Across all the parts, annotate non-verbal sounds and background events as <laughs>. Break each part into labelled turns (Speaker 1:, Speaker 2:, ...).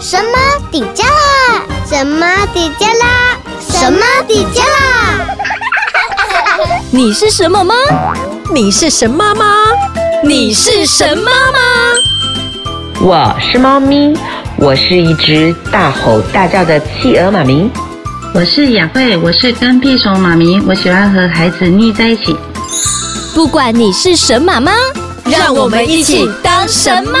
Speaker 1: 神马底加拉，神马底加拉，神马底加拉。
Speaker 2: 你是什么吗？你是神妈妈？你是神妈妈？
Speaker 3: 我是猫咪，我是一只大吼大叫的企鹅妈咪。
Speaker 4: 我是雅慧，我是跟屁虫妈咪，我喜欢和孩子腻在一起。
Speaker 2: 不管你是神妈妈，让我们一起当神妈。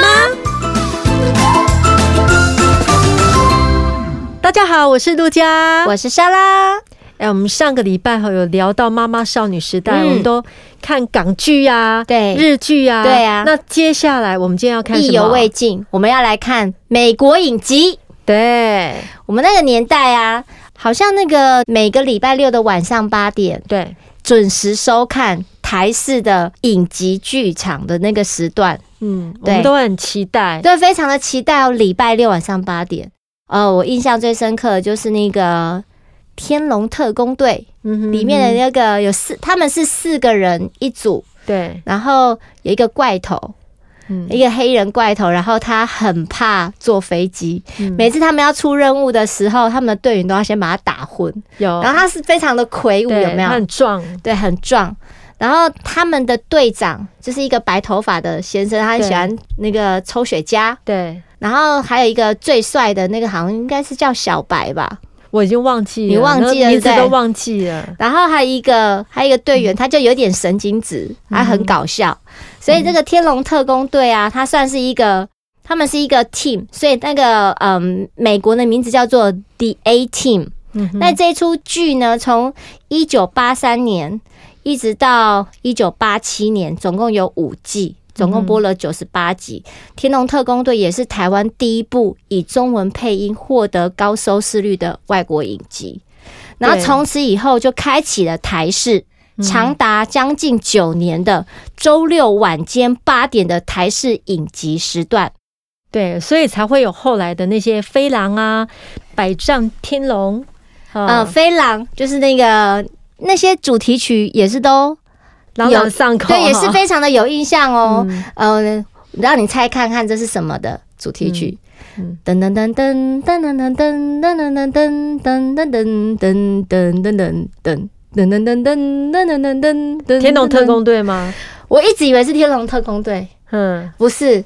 Speaker 5: 大家好，我是陆佳。
Speaker 2: 我是莎拉，
Speaker 5: 哎，我们上个礼拜哈有聊到妈妈少女时代，
Speaker 2: 嗯
Speaker 5: 我们都看港剧啊，
Speaker 2: 对
Speaker 5: 日剧啊，
Speaker 2: 对啊
Speaker 5: 那接下来我们今天要看什
Speaker 2: 意
Speaker 5: 么？
Speaker 2: 犹未尽，我们要来看美国影集。
Speaker 5: 对
Speaker 2: 我们那个年代啊，好像那个每个礼拜六的晚上八点
Speaker 5: 对，
Speaker 2: 准时收看台式的影集剧场的那个时段，
Speaker 5: 嗯，我
Speaker 2: 对
Speaker 5: 们都很期待。
Speaker 2: 对，非常的期待哦。礼拜六晚上八点，呃，我印象最深刻的就是那个《天龙特工队》
Speaker 5: 嗯哼
Speaker 2: 里面的那个有四，他们是四个人一组，
Speaker 5: 对，
Speaker 2: 然后有一个怪头，
Speaker 5: 嗯
Speaker 2: 一个黑人怪头，然后他很怕坐飞机，
Speaker 5: 嗯
Speaker 2: 每次他们要出任务的时候，他们的队员都要先把他打昏，
Speaker 5: 有，
Speaker 2: 然后他是非常的魁梧，
Speaker 5: 哦对
Speaker 2: 有没
Speaker 5: 他
Speaker 2: 有
Speaker 5: 很？壮，
Speaker 2: 对，很壮。然后他们的队长就是一个白头发的先生，他很
Speaker 5: 对
Speaker 2: 喜欢那个抽雪茄。
Speaker 5: 对
Speaker 2: 然后还有一个最帅的那个，好像应该是叫小白吧。
Speaker 5: 我已经忘记了，
Speaker 2: 你忘记了
Speaker 5: 那名字
Speaker 2: 对
Speaker 5: 都忘记了。
Speaker 2: 然后还有一个，还有一个队员，他就有点神经质，还很搞笑。所以这个天龙特工队啊，它算是一个，他们是一个 team，所以那个嗯，美国的名字叫做 The A Team。
Speaker 5: 嗯哼
Speaker 2: 那这出剧呢，从一九八三年一直到一九八七年，总共有五季，总共播了九十八集。天龙特工队》也是台湾第一部以中文配音获得高收视率的外国影集。然后
Speaker 5: 对
Speaker 2: 从此以后就开启了台视长达将近九年的周六晚间八点的台视影集时段。
Speaker 5: 对，所以才会有后来的那些飞狼啊、百丈天龙，
Speaker 2: 呃，
Speaker 5: 呃，
Speaker 2: 飞狼就是那个那些主题曲也是都
Speaker 5: 朗朗上口哈，啊
Speaker 2: 对，也是非常的有印象哦。
Speaker 5: 嗯
Speaker 2: 嗯、呃，让你猜看看这是什么的主题曲。
Speaker 5: 嗯
Speaker 2: 噔噔噔噔噔噔噔噔噔噔噔噔噔噔噔噔噔噔噔噔。噔噔噔噔噔噔噔噔噔！
Speaker 5: 天龙特工，队吗？
Speaker 2: 我一直以为是天龙特工队，
Speaker 5: 嗯，
Speaker 2: 不是，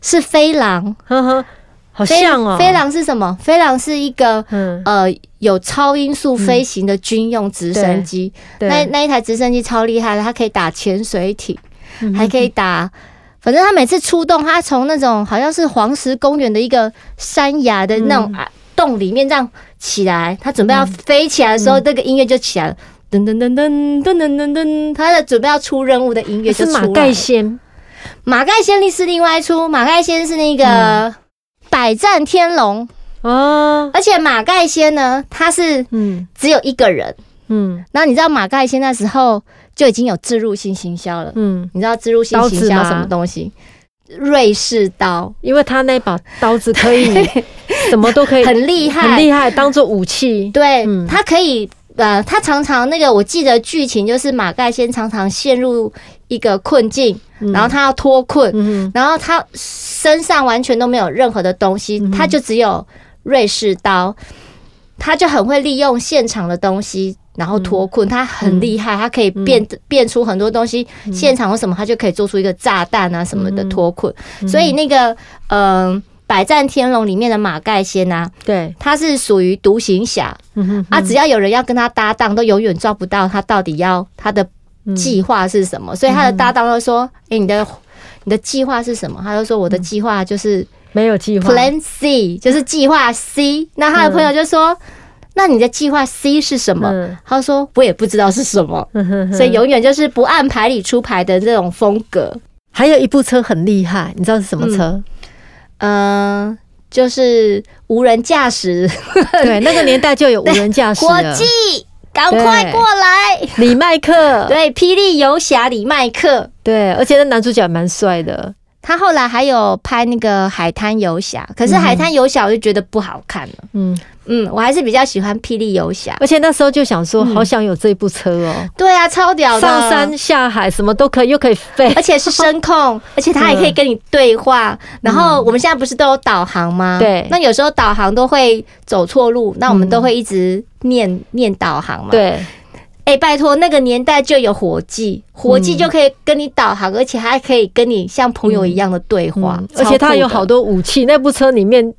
Speaker 2: 是飞狼。
Speaker 5: 呵呵，好
Speaker 2: 飞
Speaker 5: 像哦，
Speaker 2: 飞，狼是什么？飞狼是一个
Speaker 5: 嗯，
Speaker 2: 呃有超音速飞行的军用直升机。那
Speaker 5: 对，
Speaker 2: 那一台直升机超厉害的，它可以打潜水艇，
Speaker 5: 嗯
Speaker 2: 还可以打。反正他每次出动，他从那种好像是黄石公园的一个山崖的
Speaker 5: 嗯
Speaker 2: 那种啊洞里面这样起来，他准备要飞起来的
Speaker 5: 嗯
Speaker 2: 时候，这个音乐就起来了，噔噔噔噔噔噔噔噔，他在准备要出任务的音乐
Speaker 5: 也
Speaker 2: 就是出来
Speaker 5: 马
Speaker 2: 了。
Speaker 5: 盖先，
Speaker 2: 马盖先力是另外一出，马盖先是那
Speaker 5: 嗯
Speaker 2: 个百战天龙，
Speaker 5: 哦，
Speaker 2: 而且马盖先呢，他是
Speaker 5: 嗯
Speaker 2: 只有一个人。
Speaker 5: 嗯
Speaker 2: 然后你知道马盖先那时候就已经有植入性行销了，
Speaker 5: 嗯，
Speaker 2: 你知道植入性
Speaker 5: 刀
Speaker 2: 行
Speaker 5: 子
Speaker 2: 销
Speaker 5: 吗
Speaker 2: 什么东西？瑞士刀
Speaker 5: 因为他那把刀子可 <laughs> 以什么都可以，
Speaker 2: 很厉害，
Speaker 5: 很厉害，当做武器，
Speaker 2: 对，
Speaker 5: 嗯
Speaker 2: 他可以。呃，他常常那个，我记得剧情就是马盖先常常陷入一个困境，
Speaker 5: 嗯
Speaker 2: 然后他要脱困，
Speaker 5: 嗯
Speaker 2: 然后他身上完全都没有任何的东西，
Speaker 5: 嗯哼
Speaker 2: 他就只有瑞士刀，他就很会利用现场的东西，然后脱困。他很厉
Speaker 5: 嗯
Speaker 2: 害，他可以变、变出很多东西，现场有什么他就可以做出一个炸弹啊什么的
Speaker 5: 嗯哼
Speaker 2: 脱困。所以那个嗯、呃百战天龙》里面的马盖先啊，
Speaker 5: 对，
Speaker 2: 他是属于独行侠、
Speaker 5: 嗯哼
Speaker 2: 啊，只要有人要跟他搭档，都永远抓不到他到底要他的计划是什
Speaker 5: 嗯
Speaker 2: 么，所以他的搭档就说：“哎、你的你的计划是什么？”他就说：“我的计划就是
Speaker 5: 没有计划，
Speaker 2: Plan C，、就是计划 C。”那他的朋友就说：“那你的计划 C 是什么？”
Speaker 5: 嗯
Speaker 2: 他就说：“我也不知道是什么。
Speaker 5: 嗯哼哼
Speaker 2: 所以永远就是不按牌理出牌的这种风格。
Speaker 5: 还有一部车很厉害，你知道是什么车？
Speaker 2: 嗯、就是无人驾驶，
Speaker 5: 啊
Speaker 2: <laughs>
Speaker 5: 对，那个年代就有无人驾驶
Speaker 2: 国
Speaker 5: 了，
Speaker 2: 际，赶快过来！
Speaker 5: 李麦克，
Speaker 2: 对，霹雳游侠李麦克。
Speaker 5: 对，而且那男主角蛮帅的，
Speaker 2: 他后来还有拍那个《海滩游侠》，可是《海滩游侠》我就觉得不好看了。
Speaker 5: 嗯，
Speaker 2: 嗯，我还是比较喜欢《霹雳游侠》。
Speaker 5: 而且那时候就想说，好想有这部车哦，
Speaker 2: 对啊，超屌的，
Speaker 5: 上山下海什么都可以，又可以飞
Speaker 2: 而。且是
Speaker 5: <laughs>
Speaker 2: 声控，而且它还可以跟你对话。然后我们现在不是都有导航吗？
Speaker 5: 嗯对
Speaker 2: 那有时候导航都会走错路，那我们都会一直念、念导航嘛。，
Speaker 5: 嗯对，
Speaker 2: 哎、拜托，那个年代就有火计，火
Speaker 5: 嗯
Speaker 2: 计就可以跟你导航，而且还可以跟你像朋友一样的对话，
Speaker 5: 嗯而且它有好
Speaker 2: 多。
Speaker 5: 多武器，那部车里面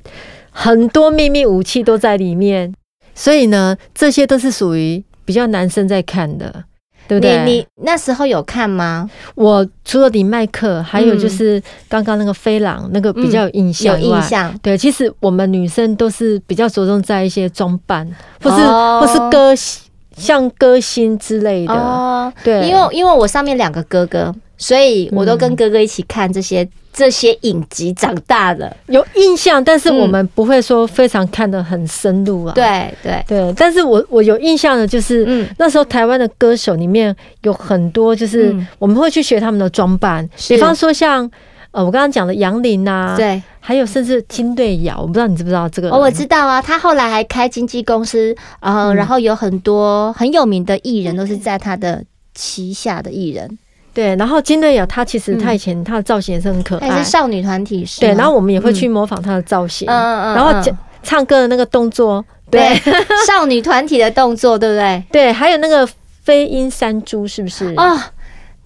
Speaker 5: 很多秘密武器都在里面，所以呢，这些都是属于比较男生在看的，对不
Speaker 2: 你
Speaker 5: 对？
Speaker 2: 你那时候有看吗？
Speaker 5: 我除了李麦克，还有就是刚刚那个飞狼，那个比较有印
Speaker 2: 嗯有
Speaker 5: 象以外，
Speaker 2: 印象，
Speaker 5: 对，其实我们女生都是比较着重在一些装扮，或是、
Speaker 2: 哦
Speaker 5: 或是歌星像歌星之类的。
Speaker 2: 哦，
Speaker 5: 啊对，嗯
Speaker 2: 因为因为我上面两个哥哥，所以我都跟哥哥一起看这些、这些影集长大的。
Speaker 5: 有印象，但是
Speaker 2: 嗯
Speaker 5: 我们不会说非常看得很深入啊。
Speaker 2: 对对，
Speaker 5: 对，但是我我有印象的就是，
Speaker 2: 嗯
Speaker 5: 那时候台湾的歌手里面有很多，就是
Speaker 2: 嗯
Speaker 5: 我们会去学他们的装扮，
Speaker 2: 是
Speaker 5: 比方说像呃我刚刚讲的杨林啊，，
Speaker 2: 对，
Speaker 5: 还有甚至金队瑶，我不知道你知不知道这个人？
Speaker 2: 哦，我知道啊，他后来还开经纪公司，呃，
Speaker 5: 嗯
Speaker 2: 然后有很多很有名的艺人都是在他的旗下的艺人，
Speaker 5: 嗯对，然后金队瑶她其实
Speaker 2: 嗯
Speaker 5: 她以前她的造型也是很可
Speaker 2: 他
Speaker 5: 爱
Speaker 2: 嗯也是，少女团体是吗，
Speaker 5: 哎对，然后我们也会去模仿她的造型，
Speaker 2: 嗯嗯嗯
Speaker 5: 然后
Speaker 2: 嗯
Speaker 5: 讲唱歌的那个动作，
Speaker 2: 对
Speaker 5: 对
Speaker 2: <laughs> 少女团体的动作，对不对？
Speaker 5: 对，还有那个飞鹰山猪是不是？
Speaker 2: 哦，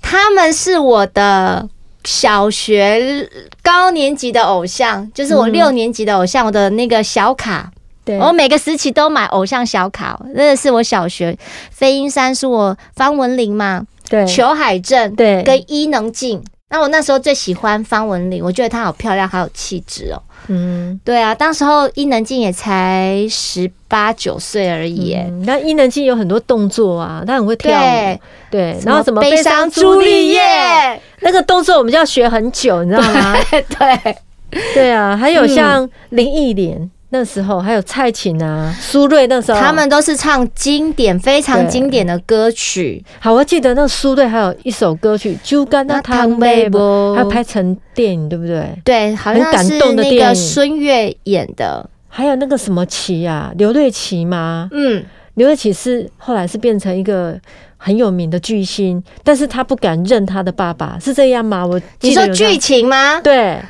Speaker 2: 他们是我的。小学高年级的偶像，就是
Speaker 5: 嗯
Speaker 2: 我六年级的偶像，我的那个小卡，
Speaker 5: 对，
Speaker 2: 我每个时期都买偶像小卡，那个是我小学。飞鹰山是我方文琳嘛，
Speaker 5: 对，
Speaker 2: 裘海正
Speaker 5: 对
Speaker 2: 跟伊能静。那我那时候最喜欢方文琳，我觉得她好漂亮，好有气质哦。
Speaker 5: 嗯。
Speaker 2: 对啊，当时候伊能静也才十八九岁而已耶。
Speaker 5: 嗯那伊能静有很多动作啊，她很会跳舞，对，然后什么
Speaker 2: 悲伤朱丽叶，
Speaker 5: 那个动作我们就要学很久，你知道吗？
Speaker 2: <laughs> 对，嗯
Speaker 5: 对啊，还有像林忆莲那时候，还有蔡琴啊、苏芮那时候，
Speaker 2: 他们都是唱经典、非常经典的歌曲。
Speaker 5: 好，我记得那苏芮还有一首歌曲《就干那汤妹》，还有拍成电影，对不对？
Speaker 2: 对，好
Speaker 5: 很
Speaker 2: 像
Speaker 5: 感
Speaker 2: 是
Speaker 5: 动的
Speaker 2: 那
Speaker 5: 电影
Speaker 2: 个孙悦演的。
Speaker 5: 还有那个什么琪啊，刘瑞琪吗？
Speaker 2: 嗯，
Speaker 5: 刘瑞琪是后来是变成一个很有名的巨星，但是他不敢认他的爸爸，是这样吗？我
Speaker 2: 你
Speaker 5: 记得
Speaker 2: 说
Speaker 5: 有这样
Speaker 2: 剧情吗？
Speaker 5: 对，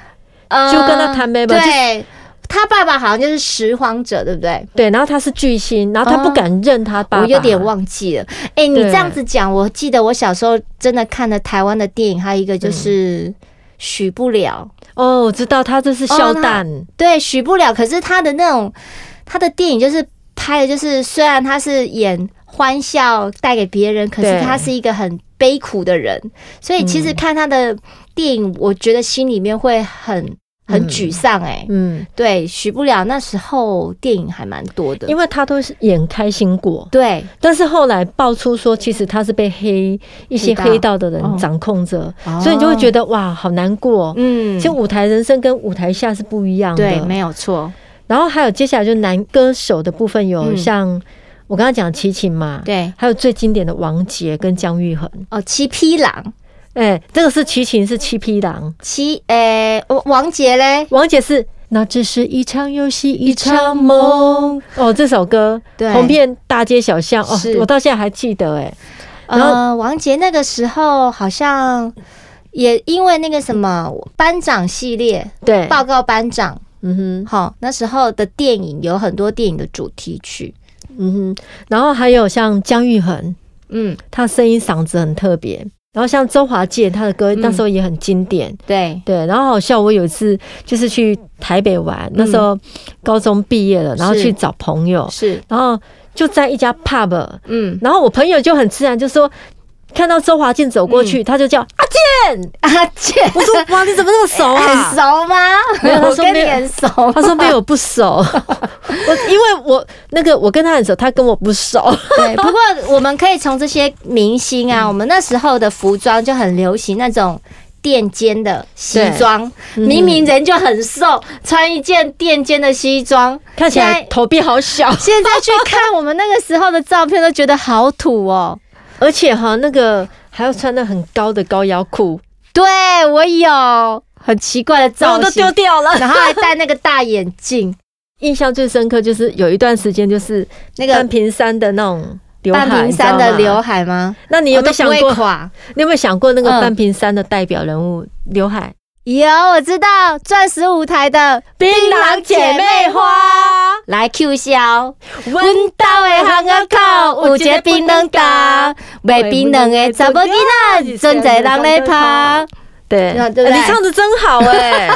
Speaker 2: 呃
Speaker 5: 就跟他谈呗吧就
Speaker 2: 对，他爸爸好像就是拾荒者，对不对？
Speaker 5: 对，然后他是巨星，然后他不敢认他爸爸，
Speaker 2: 哦我有点。忘记了。哎、你
Speaker 5: 对
Speaker 2: 这样子讲，我记得我小时候真的看了台湾的电影，还有一个
Speaker 5: 嗯
Speaker 2: 就是《许不了》
Speaker 5: 哦，我知道他这是
Speaker 2: 哦
Speaker 5: 肖蛋，
Speaker 2: 对，《许不了》。可是他的那种他的电影就是拍的，就是虽然他是演欢笑带给别人，可是
Speaker 5: 对
Speaker 2: 他是一个很悲苦的人，所以其实
Speaker 5: 嗯
Speaker 2: 看他的电影，我觉得心里面会很很沮丧、哎、
Speaker 5: 嗯，
Speaker 2: 对，《许不了》那时候电影还蛮多的，
Speaker 5: 因为他都是演开心果，
Speaker 2: 对
Speaker 5: 但是后来爆出说，其实他是被黑一些黑道的
Speaker 2: 哦
Speaker 5: 人掌控着，所以你就会觉得哇，好难过。哦
Speaker 2: 嗯
Speaker 5: 其实舞台人生跟舞台下是不一样的。
Speaker 2: 对，没有错，
Speaker 5: 然后还有接下来就是男歌手的部分，有
Speaker 2: 嗯
Speaker 5: 像我刚刚讲齐秦嘛，，
Speaker 2: 对。
Speaker 5: 还有最经典的王杰跟姜育恒。
Speaker 2: 哦，七匹狼，
Speaker 5: 哎，这个是齐秦是七匹狼，
Speaker 2: 七诶、王王杰嘞，
Speaker 5: 王姐是那只是一场游戏一场梦哦，这首歌
Speaker 2: 对
Speaker 5: 红遍大街小巷哦
Speaker 2: 是，
Speaker 5: 我到现在还记得哎，然后
Speaker 2: 呃，王杰那个时候好像也因为那个什么班长系列
Speaker 5: 对，
Speaker 2: 报告班长，
Speaker 5: 嗯哼，
Speaker 2: 好，那时候的电影有很多电影的主题曲，
Speaker 5: 嗯哼，然后还有像姜育恒，
Speaker 2: 嗯，
Speaker 5: 他声音嗓子很特别，然后像周华健他的歌
Speaker 2: 嗯
Speaker 5: 那时候也很经典，
Speaker 2: 对，
Speaker 5: 对，然后好笑，我有一次就是去台北玩，那时候高中毕业了，然后
Speaker 2: 是
Speaker 5: 去找朋友，
Speaker 2: 是，
Speaker 5: 然后就在一家 pub，
Speaker 2: 嗯，
Speaker 5: 然后我朋友就很自然就说，看到周华健走过去，他就 <laughs> 叫阿健。
Speaker 2: 阿健
Speaker 5: 我说哇，你怎么那么熟啊？
Speaker 2: 啊很熟吗？
Speaker 5: 没有他
Speaker 2: 我
Speaker 5: 说
Speaker 2: 跟
Speaker 5: 没
Speaker 2: 你
Speaker 5: 有
Speaker 2: 很熟，
Speaker 5: 他说没有不熟，我因为我那个我跟他很熟，他跟我不熟。 <laughs>
Speaker 2: 对，不过我们可以从这些明星
Speaker 5: 嗯
Speaker 2: 啊，我们那时候的服装就很流行那种。垫肩的西装，明明
Speaker 5: 嗯
Speaker 2: 人就很瘦，穿一件垫肩的西装，
Speaker 5: 看起来头变好小，
Speaker 2: 现在。现在去看我们那个时候的照片，都觉得好土哦。
Speaker 5: 而且哈那个还要穿那很高的高腰裤，
Speaker 2: 对我有，很奇怪的
Speaker 5: 然后
Speaker 2: 造
Speaker 5: 都
Speaker 2: 型
Speaker 5: 丢，掉了。
Speaker 2: 然后还戴那个大眼镜，
Speaker 5: 印象最深刻就是有一段时间，就是
Speaker 2: 那
Speaker 5: 半
Speaker 2: 个
Speaker 5: 平山的那种 <laughs> 刘海，
Speaker 2: 半
Speaker 5: 你
Speaker 2: 屏山
Speaker 5: 知道
Speaker 2: 的
Speaker 5: 吗
Speaker 2: 刘。海吗？
Speaker 5: 那你有没有想
Speaker 2: 我都不会
Speaker 5: 过？
Speaker 2: 垮？
Speaker 5: 你有没有想过那个
Speaker 2: 嗯
Speaker 5: 半平山的代表人物刘海？
Speaker 2: 有，我知道钻石舞台的
Speaker 5: 槟
Speaker 2: 榔姐妹
Speaker 5: 花，
Speaker 2: 来 Q 笑。
Speaker 5: 温
Speaker 2: 阮兜的巷仔口有一个槟榔摊，卖槟榔的查某囡仔，真侪人咧拍。
Speaker 5: 对，
Speaker 2: 啊对不对
Speaker 5: 哎你唱的真好
Speaker 2: <laughs>
Speaker 5: 哎、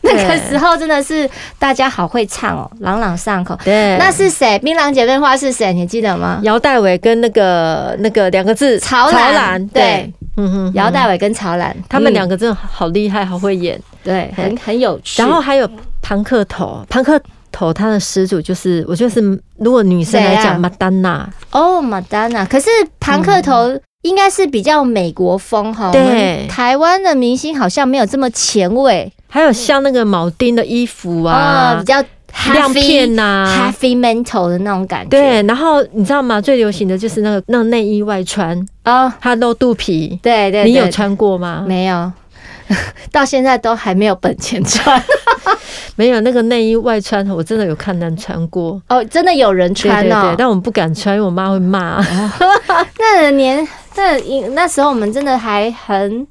Speaker 2: 那个时候真的是大家好会唱哦，朗朗上口。
Speaker 5: 对
Speaker 2: 那是谁？槟榔姐妹花是谁？你记得吗？
Speaker 5: 姚代伟跟那个那个两个字
Speaker 2: 曹
Speaker 5: 兰，
Speaker 2: 兰
Speaker 5: 对，嗯哼，
Speaker 2: 姚代伟跟曹兰，嗯
Speaker 5: 他们两
Speaker 2: 个
Speaker 5: 个真的好厉害，好会演。
Speaker 2: 对，很很有趣。
Speaker 5: 然后还有庞克头，庞克头他的始祖就是，我觉得是如果女生来
Speaker 2: 谁啊
Speaker 5: 讲，麦丹娜，
Speaker 2: 哦，Madonna，可是庞克头应该是比较美国风哈，
Speaker 5: 嗯对
Speaker 2: 我们台湾的明星好像没有这么前卫
Speaker 5: 还有像那个铆钉的衣服
Speaker 2: 啊，
Speaker 5: 啊
Speaker 2: 比，较
Speaker 5: 亮片
Speaker 2: heavy
Speaker 5: 呐，
Speaker 2: heavy mental 的那种感觉。
Speaker 5: 对。然后你知道吗？最流行的就是那个那内衣外穿，
Speaker 2: 哦，
Speaker 5: 它露肚皮，
Speaker 2: 对对，
Speaker 5: 你有
Speaker 2: 对
Speaker 5: 穿过吗？
Speaker 2: 没有？ <laughs> 到现在都还没有本钱穿 <laughs>
Speaker 5: 没有，那个内衣外穿，我真的有看人穿过。
Speaker 2: 哦，真的有人穿
Speaker 5: 对对
Speaker 2: 哦
Speaker 5: 对，。但我们不敢穿，因为我妈会骂。
Speaker 2: 那年那那时候我们真的还很，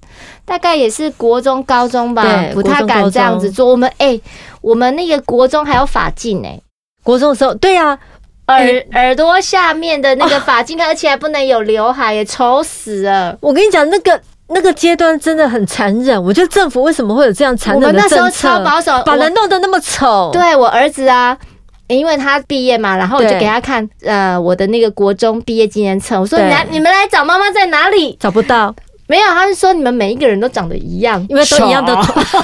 Speaker 2: 大概也是国中、高中吧，
Speaker 5: 对
Speaker 2: 不
Speaker 5: 国
Speaker 2: 太
Speaker 5: 中高
Speaker 2: 敢
Speaker 5: 中
Speaker 2: 这样子做。我们哎、我们那个国中还有发镜哎、
Speaker 5: <laughs> 国中的时候，对啊呀、
Speaker 2: 耳 <laughs> 耳朵下面的那个发镜，而且还不能有刘海，也丑死了。
Speaker 5: 我跟你讲，那个那个阶段真的很残忍。我觉得政府为什么会有这样残
Speaker 2: 我
Speaker 5: 忍
Speaker 2: 们
Speaker 5: 的
Speaker 2: 那时候
Speaker 5: 政策？
Speaker 2: 超保守，
Speaker 5: 把
Speaker 2: 我
Speaker 5: 人弄得那么丑。，
Speaker 2: 对我儿子啊，因为他毕业嘛，然后我就
Speaker 5: 对
Speaker 2: 给他看呃我的那个国中毕业纪念册，我说
Speaker 5: 对
Speaker 2: 你来你们来找妈妈在哪里？
Speaker 5: 找不到，
Speaker 2: 没有，他是说你们每一个人都长得一样，
Speaker 5: 因为都一样的
Speaker 2: 丑
Speaker 5: 头。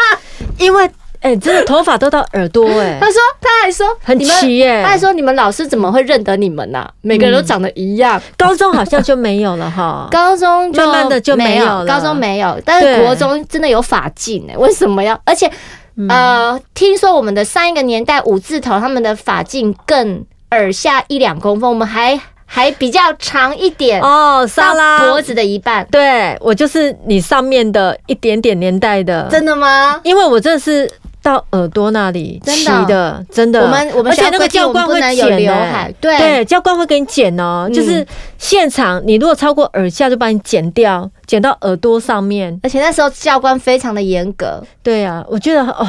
Speaker 5: <laughs> 因为哎、真的头发都到耳朵哎、
Speaker 2: 他说他还说
Speaker 5: 很
Speaker 2: 你们
Speaker 5: 奇耶嗯
Speaker 2: 他还说你们老师怎么会认得你们呢、啊每个人都长得一样。
Speaker 5: 高中好像就没有了哈。
Speaker 2: <laughs> 高中就
Speaker 5: 哦慢慢地就没
Speaker 2: 没
Speaker 5: 有了
Speaker 2: 高中没有，但是
Speaker 5: 对
Speaker 2: 国中真的有法禁哎、为什么要？而且、
Speaker 5: 嗯
Speaker 2: 呃，听说我们的上一个年代五字头他们的法禁更耳下一两公分，我们还还比较长一点，
Speaker 5: 哦，
Speaker 2: 到
Speaker 5: 沙拉
Speaker 2: 脖子的一半，
Speaker 5: 对我就是你上面的一点点年代的，
Speaker 2: 真的吗？
Speaker 5: 因为我真的是到耳朵那里
Speaker 2: 真
Speaker 5: 齐
Speaker 2: 的哦
Speaker 5: 的，真的。
Speaker 2: 我们我们
Speaker 5: 而且
Speaker 2: 学校
Speaker 5: 那个
Speaker 2: 规定
Speaker 5: 教官
Speaker 2: 我们
Speaker 5: 会
Speaker 2: 不能有
Speaker 5: 剪
Speaker 2: 刘
Speaker 5: 欸
Speaker 2: 海对嗯
Speaker 5: 对，教官会给你剪哦，就是现场你如果超过耳下就把你剪掉，剪到耳朵上面。
Speaker 2: 而且那时候教官非常的严格，
Speaker 5: 对啊，我觉得哦，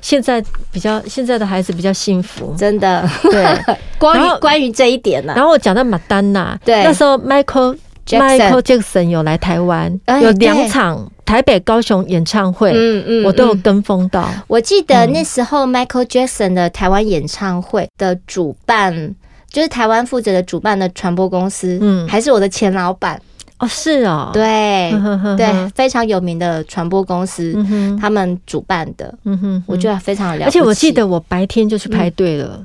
Speaker 5: 现在比较现在的孩子比较幸福。<laughs>
Speaker 2: 真的。
Speaker 5: 对，
Speaker 2: 关
Speaker 5: 然后
Speaker 2: 于关于这一点啊呢、
Speaker 5: 然后我讲到马丹娜，
Speaker 2: 对
Speaker 5: 那时候 Michael
Speaker 2: Jackson
Speaker 5: Michael Jackson 有来台湾，
Speaker 2: 哎
Speaker 5: 有
Speaker 2: 对
Speaker 5: 两场台北、高雄演唱会，
Speaker 2: 嗯嗯
Speaker 5: 我都有
Speaker 2: 嗯
Speaker 5: 跟风到。
Speaker 2: 我记
Speaker 5: 嗯
Speaker 2: 得那时候 Michael Jackson 的台湾演唱会的主办，就是台湾负责的主办的传播公司，
Speaker 5: 嗯
Speaker 2: 嗯，还是我的前老板，
Speaker 5: 哦，是哦， <laughs>
Speaker 2: 对
Speaker 5: 嗯哼哼
Speaker 2: 对
Speaker 5: 哼，
Speaker 2: 非常有名的传播公司，
Speaker 5: 嗯哼，
Speaker 2: 他们主办的，
Speaker 5: 嗯哼，
Speaker 2: 我觉得非常有了不
Speaker 5: 而
Speaker 2: 起。
Speaker 5: 且我记得我白天就去排队了，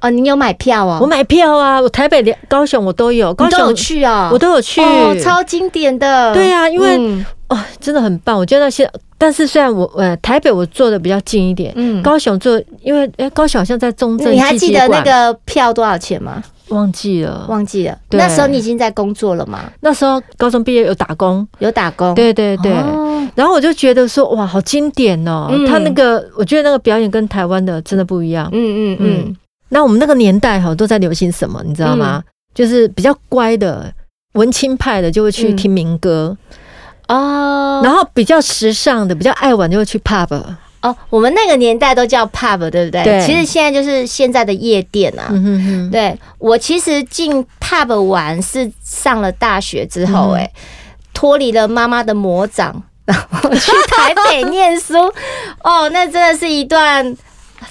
Speaker 2: 哦，你有买票哦，
Speaker 5: 我买票啊，我台北、连高雄我都有，高
Speaker 2: 你都
Speaker 5: 雄
Speaker 2: 有，去哦，
Speaker 5: 我都有去，
Speaker 2: 哦，超经典的，
Speaker 5: 对啊因为
Speaker 2: 嗯
Speaker 5: 哦，真的很棒。我觉得那些，但是虽然我呃台北我坐的比较近一点，
Speaker 2: 嗯
Speaker 5: 高雄坐，因为哎、高雄好像在中正，
Speaker 2: 你还记得那？个票多少钱吗？
Speaker 5: 忘记了，
Speaker 2: 忘记了，
Speaker 5: 哦对
Speaker 2: 那时候你已经在工作了吗？
Speaker 5: 那时候高中毕业有打工，
Speaker 2: 有打工，
Speaker 5: 对对对。
Speaker 2: 哦
Speaker 5: 然后我就觉得说，哇，好经典哦！
Speaker 2: 嗯
Speaker 5: 他那个，我觉得那个表演跟台湾的真的不一样。
Speaker 2: 嗯嗯嗯，
Speaker 5: 那我们那个年代哈，都在流行什么，你知道吗？就是比较乖的文青派的，就会去
Speaker 2: 嗯
Speaker 5: 听民歌；
Speaker 2: 哦，
Speaker 5: 然后比较时尚的、比较爱玩，就会去 pub。
Speaker 2: 哦，我们那个年代都叫 pub，对不对？
Speaker 5: 对
Speaker 2: 其实现在就是现在的夜店啊。
Speaker 5: 嗯哼哼，
Speaker 2: 对我其实进 pub 玩是上了大学之后、
Speaker 5: 嗯
Speaker 2: 欸，哎、脱离了妈妈的魔掌，然后去台北
Speaker 5: <laughs>
Speaker 2: 念书。哦，那真的是一段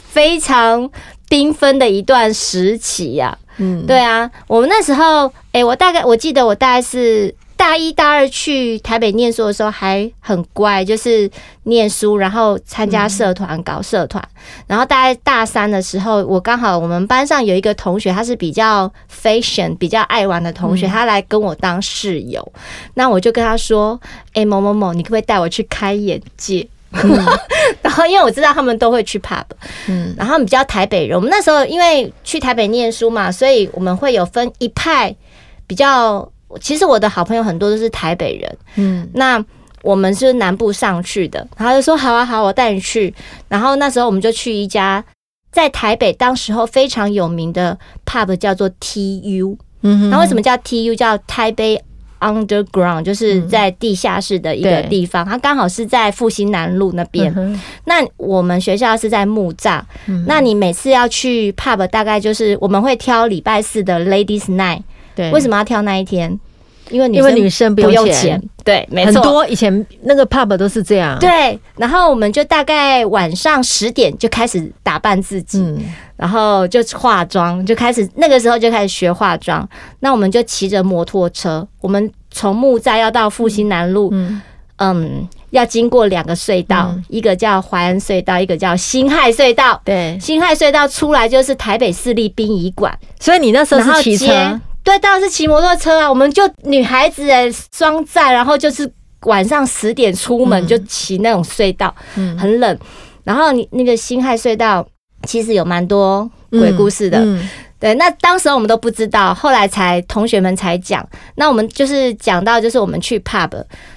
Speaker 2: 非常缤纷的一段时期呀、
Speaker 5: 嗯，
Speaker 2: 对啊，我们那时候，哎、我大概我记得我大概是大一大二去台北念书的时候还很乖，就是念书，然后参
Speaker 5: 嗯
Speaker 2: 加社团、搞社团。然后大概大三的时候，我刚好我们班上有一个同学，他是比较 fashion、比较爱玩的同学，他来跟我当室友。那我就跟他说：“哎、某某某，你可不可以带我去开眼界？” <laughs> 然后，因为我知道他们都会去 pub，
Speaker 5: 嗯
Speaker 2: 然后我们比较台北人，我们那时候因为去台北念书嘛，所以我们会有分一派比较。其实我的好朋友很多都是台北人，
Speaker 5: 嗯
Speaker 2: 那我们是南部上去的，然后就说好啊好，我带你去。然后那时候我们就去一家在台北当时候非常有名的 pub 叫做 TU，
Speaker 5: 嗯哼
Speaker 2: 然后为什么叫 TU 叫台北 Underground，就是在地下室的一个
Speaker 5: 嗯对嗯
Speaker 2: 地方，它刚好是在复兴南路那边。
Speaker 5: 哼嗯
Speaker 2: 那我们学校是在木栅，那你每次要去 pub，大概就是我们会挑礼拜四的 Ladies Night，
Speaker 5: 对
Speaker 2: 为什么要挑那一天？因为女
Speaker 5: 因为女
Speaker 2: 生
Speaker 5: 生不
Speaker 2: 不
Speaker 5: 用
Speaker 2: 用
Speaker 5: 钱
Speaker 2: 钱，，对，没
Speaker 5: 很
Speaker 2: 错。
Speaker 5: 多以前那个 pub 都是这样。，
Speaker 2: 对，然后我们就大概晚上十点就开始打扮自己，
Speaker 5: 嗯，
Speaker 2: 然后就化妆，就开始那个时候就开始学化妆。那我们就骑着摩托车，我们从木栅要到复兴南路，嗯。要经过两个隧道，
Speaker 5: 嗯
Speaker 2: 一个叫淮安隧道，一个叫辛亥隧道。
Speaker 5: 对。
Speaker 2: 辛亥隧道出来就是台北市立殡仪馆，
Speaker 5: 所以你那时候
Speaker 2: 然后
Speaker 5: 是骑车，
Speaker 2: 接对，当然是骑摩托车啊。我们就女孩子哎，双载，然后就是晚上十点出门
Speaker 5: 嗯
Speaker 2: 就骑那种隧道，很冷。然后你那个辛亥隧道其实有蛮多鬼故事的，
Speaker 5: 嗯嗯
Speaker 2: 对。那当时我们都不知道，后来才同学们才讲。那我们就是讲到，就是我们去 pub，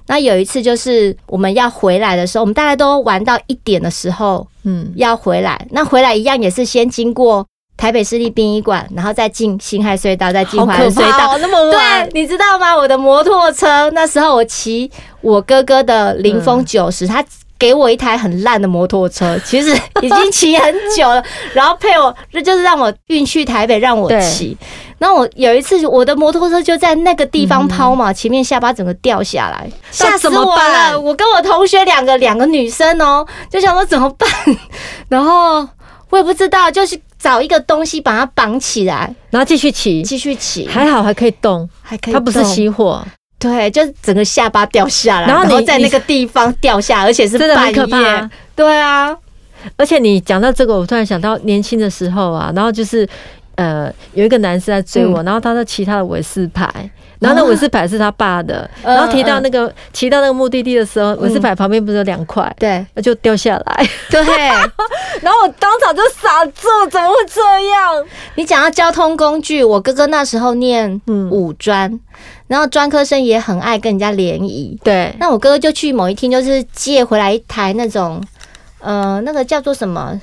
Speaker 2: 那有一次就是我们要回来的时候，我们大概都玩到一点的时候，
Speaker 5: 嗯，
Speaker 2: 要回来，那回来一样也是先经过台北市立殡仪馆，然后再进辛亥隧道，再进
Speaker 5: 好
Speaker 2: 环
Speaker 5: 可
Speaker 2: 隧道。
Speaker 5: 怕哦，那么晚
Speaker 2: 对，，你知道吗？我的摩托车那时候我骑我哥哥的凌风九十、他给我一台很烂的摩托车，其实已经骑很久了，然后配我，这就是让我运去台北让我
Speaker 5: 对
Speaker 2: 骑。那我有一次我的摩托车就在那个地方抛锚，前面下巴整个掉下来，吓
Speaker 5: 那
Speaker 2: 死
Speaker 5: 怎么
Speaker 2: 我
Speaker 5: 办
Speaker 2: 了！我跟我同学两个两个女生哦、就想说怎么办，然后我也不知道，就是找一个东西把它绑起来，
Speaker 5: 然后继续骑，
Speaker 2: 继续骑，
Speaker 5: 还好还可以动，
Speaker 2: 还可以动，
Speaker 5: 它不是熄火，
Speaker 2: 对，就整个下巴掉下来，
Speaker 5: 然
Speaker 2: 然
Speaker 5: 后
Speaker 2: 后
Speaker 5: 你
Speaker 2: 在那个地方掉下，而且是
Speaker 5: 真的
Speaker 2: 半
Speaker 5: 很
Speaker 2: 夜，
Speaker 5: 可怕。
Speaker 2: 对啊，
Speaker 5: 而且你讲到这个，我突然想到年轻的时候啊，然后就是呃，有一个男生在追
Speaker 2: 嗯
Speaker 5: 我，然后他在骑他的韦斯牌。然后
Speaker 2: <laughs>
Speaker 5: 那韦斯牌是他爸的，
Speaker 2: 嗯
Speaker 5: 然后提到那个骑到那个目的地的时候，韦斯牌旁边不是有两块，
Speaker 2: 对
Speaker 5: 那就掉下来，
Speaker 2: <laughs> 对。
Speaker 5: 然后我当场就傻住，怎么会这样？
Speaker 2: 你讲到交通工具，我哥哥那时候念
Speaker 5: 嗯
Speaker 2: 五专，然后专科生也很爱跟人家联谊，
Speaker 5: 对，
Speaker 2: 那我哥哥就去某一天，就是借回来一台那种，呃，那个叫做什么？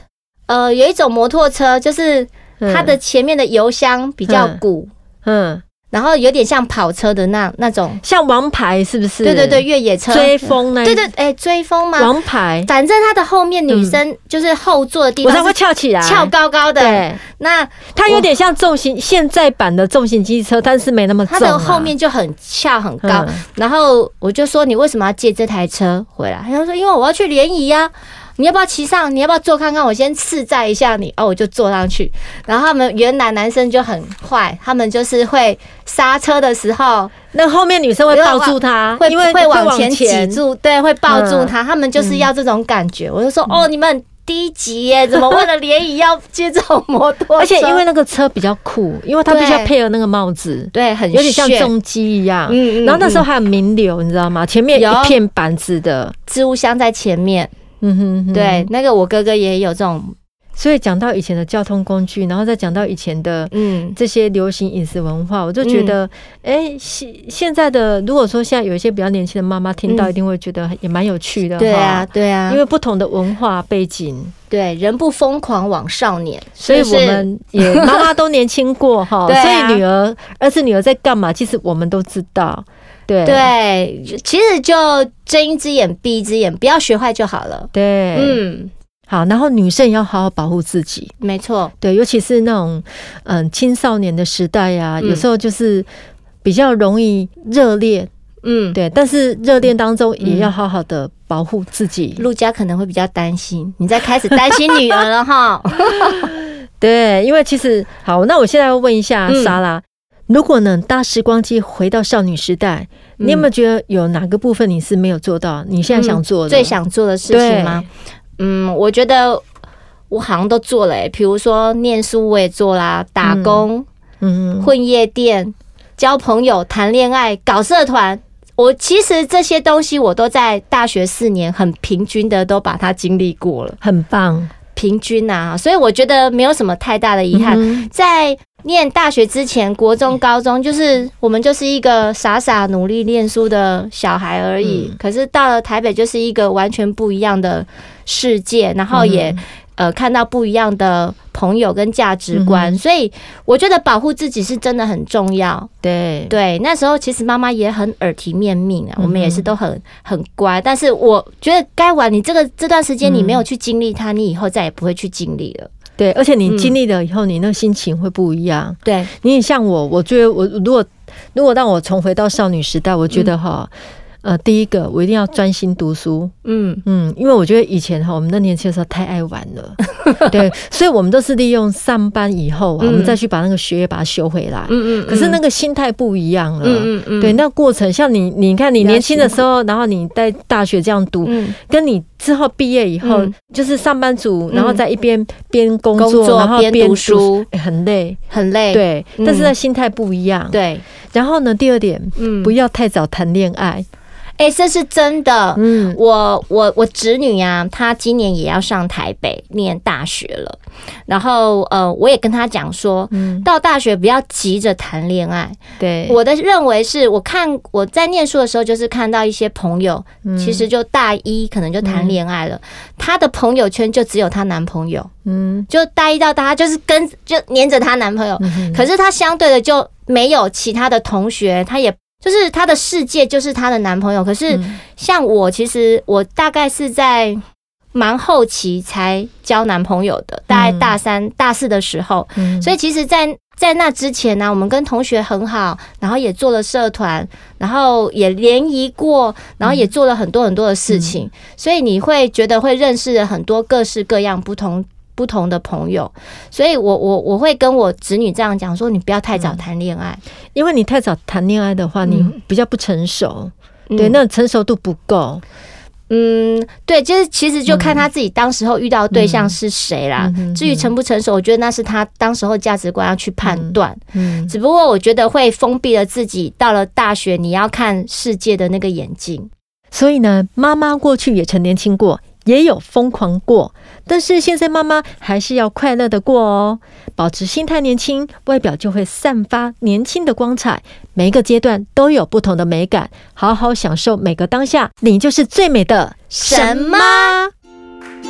Speaker 2: 呃，有一种摩托车，就是它的前面的油箱比较鼓，
Speaker 5: 嗯，
Speaker 2: 然后有点像跑车的那那种。
Speaker 5: 像王牌是不是？
Speaker 2: 对对对，，越野车。
Speaker 5: 追风那一
Speaker 2: 对对，哎、追风吗？
Speaker 5: 王牌，
Speaker 2: 反正它的后面女生就是后座的地
Speaker 5: 嗯我才
Speaker 2: 方
Speaker 5: 会
Speaker 2: 是
Speaker 5: 翘起来，
Speaker 2: 翘高高的，
Speaker 5: 对，
Speaker 2: 那
Speaker 5: 它有点像重型现在版的重型机车，但是没那么重、
Speaker 2: 它
Speaker 5: 啊。
Speaker 2: 的后面就很翘很高。
Speaker 5: 嗯
Speaker 2: 然后我就说你为什么要借这台车回来？他就说因为我要去联谊呀、你要不要骑上？你要不要坐看看？我先试载一下你哦，我就坐上去。然后他们原来男生就很坏，他们就是会刹车的时候
Speaker 5: 那后面女生会抱住他，
Speaker 2: 会
Speaker 5: 啊因为
Speaker 2: 会往前挤，住，对，会抱住
Speaker 5: 嗯
Speaker 2: 他。他们就是要这种感觉。我就说哦，你们很低级耶，怎么为了联谊要借这种摩托车？
Speaker 5: <laughs> 而且因为那个车比较酷，因为它必须要
Speaker 2: 对
Speaker 5: 配合那个帽子。
Speaker 2: 对很
Speaker 5: 有点像
Speaker 2: 炫
Speaker 5: 重机一样，
Speaker 2: 嗯嗯
Speaker 5: 然后那时候还有名流，你知道吗？前面
Speaker 2: 有
Speaker 5: 一片板子的，
Speaker 2: 置物箱在前面，
Speaker 5: 嗯哼哼，
Speaker 2: 对，那个我哥哥也有这种，
Speaker 5: 所以讲到以前的交通工具，然后再讲到以前的
Speaker 2: 嗯，
Speaker 5: 这些流行饮食文化，我就觉得，哎，现现在的如果说现在有一些比较年轻的妈妈听到，
Speaker 2: 嗯
Speaker 5: 一定会觉得也蛮有趣的，
Speaker 2: 对啊，，对啊，
Speaker 5: 嗯因为不同的文化背景，
Speaker 2: 对，人不疯狂枉少年，
Speaker 5: 所以
Speaker 2: 就是
Speaker 5: 我们也妈妈都年轻过哈，
Speaker 2: <laughs> 对
Speaker 5: 所
Speaker 2: 啊
Speaker 5: 以女儿、儿子、女儿在干嘛，其实我们都知道。对
Speaker 2: 对，就其实就睁一只眼闭一只眼，不要学坏就好了。
Speaker 5: 对，嗯，
Speaker 2: 嗯，
Speaker 5: 好，然后女生也要好好保护自己。
Speaker 2: 没错，
Speaker 5: 对，尤其是那种嗯青少年的时代呀、
Speaker 2: 嗯
Speaker 5: 有时候就是比较容易热恋，
Speaker 2: 嗯，
Speaker 5: 对，但是热恋当中也要好好的保护自己。
Speaker 2: 陆家可能会比较担心，你在开始担心女儿了
Speaker 5: <laughs>
Speaker 2: 哈。
Speaker 5: 对，因为其实好，那我现在要问一下
Speaker 2: 嗯
Speaker 5: 莎拉，如果呢搭时光机回到少女时代，你有没有觉得有哪个部分你是没有做到？你现在想做的、
Speaker 2: 嗯最想做的事情吗？嗯，我觉得我好像都做了、欸，比如说念书我也做啦，打工、
Speaker 5: 嗯
Speaker 2: 混夜店、交朋友、谈恋爱、搞社团。我其实这些东西我都在大学四年很平均的都把它经历过了。
Speaker 5: 很棒，
Speaker 2: 平均啊，所以我觉得没有什么太大的遗憾。在念大学之前，国中、高中就是我们就是一个傻傻努力念书的小孩而已。可是到了台北，就是一个完全不一样的世界，然后也、呃看到不一样的朋友跟价值观，所以我觉得保护自己是真的很重要。
Speaker 5: 对
Speaker 2: 对，那时候其实妈妈也很耳提面命啊，
Speaker 5: 嗯
Speaker 2: 我们也是都很很乖。但是我觉得该玩，你这个这段时间你没有去经历它，你以后再也不会去经历了。
Speaker 5: 对，而且你经历了以后，你那心情会不一样。
Speaker 2: 对，
Speaker 5: 你也像我，我觉得我如果如果让我重回到少女时代，我觉得哈，呃，第一个我一定要专心读书，
Speaker 2: 嗯，
Speaker 5: 嗯，因为我觉得以前哈，我们那年轻的时候太爱玩
Speaker 2: <laughs>
Speaker 5: 了，对，所以我们都是利用上班以后啊，我们再去把那个学业把它修回来，
Speaker 2: 嗯嗯嗯
Speaker 5: 可是那个心态不一样了，啊
Speaker 2: 嗯嗯嗯
Speaker 5: 对，那过程像你，你看你
Speaker 2: 较
Speaker 5: 年轻的时候，然后你在大学这样读，
Speaker 2: 嗯
Speaker 5: 跟你之后毕业以后、
Speaker 2: 嗯
Speaker 5: 就是上班族，
Speaker 2: 嗯
Speaker 5: 然后在一边边工作，
Speaker 2: 工作
Speaker 5: 然后
Speaker 2: 边读书
Speaker 5: 哎很累，
Speaker 2: 很累。
Speaker 5: 对，
Speaker 2: 嗯
Speaker 5: 但是那心态不一样，。
Speaker 2: 对，
Speaker 5: 然后呢，第二点，
Speaker 2: 嗯
Speaker 5: 不要太早谈恋爱，
Speaker 2: 哎、这是真的。
Speaker 5: 嗯
Speaker 2: 我我我侄女啊，她今年也要上台北念大学了。然后呃，我也跟她讲说，
Speaker 5: 嗯，
Speaker 2: 到大学不要急着谈恋爱。
Speaker 5: 对，
Speaker 2: 我的认为是我看我在念书的时候，就是看到一些朋友，其实就大一可能就谈恋爱了，她的朋友圈就只有她男朋友，
Speaker 5: 嗯，
Speaker 2: 就大一到大她就是跟就黏着她男朋友，可是她相对的就没有其他的同学，她也。就是她的世界就是她的男朋友，可是
Speaker 5: 嗯
Speaker 2: 像我，其实我大概是在蛮后期才交男朋友的，大概大三、大四的时候，
Speaker 5: 嗯
Speaker 2: 所以其实在，在那之前呢、我们跟同学很好，然后也做了社团，然后也联谊过，然后
Speaker 5: 嗯
Speaker 2: 也做了很多很多的事情，所以你会觉得会认识了很多各式各样不同。不同的朋友，所以我我我会跟我侄女这样讲说，你不要太
Speaker 5: 嗯
Speaker 2: 早谈恋爱，
Speaker 5: 因为你太早谈恋爱的话，你比较不成熟，对，
Speaker 2: 嗯
Speaker 5: 那成熟度不够，
Speaker 2: 嗯，对，就是其实就看他自己当时候遇到的对象是谁啦。
Speaker 5: 嗯嗯嗯嗯
Speaker 2: 至于成不成熟，我觉得那是他当时候价值观要去判断。
Speaker 5: 嗯，
Speaker 2: 只不过我觉得会封闭了自己，到了大学你要看世界的那个眼睛。
Speaker 5: 所以呢，妈妈过去也曾年轻过，也有疯狂过，但是现在妈妈还是要快乐的过哦，保持心态年轻，外表就会散发年轻的光彩。每一个阶段都有不同的美感，好好享受每个当下，你就是最美的
Speaker 2: 神妈。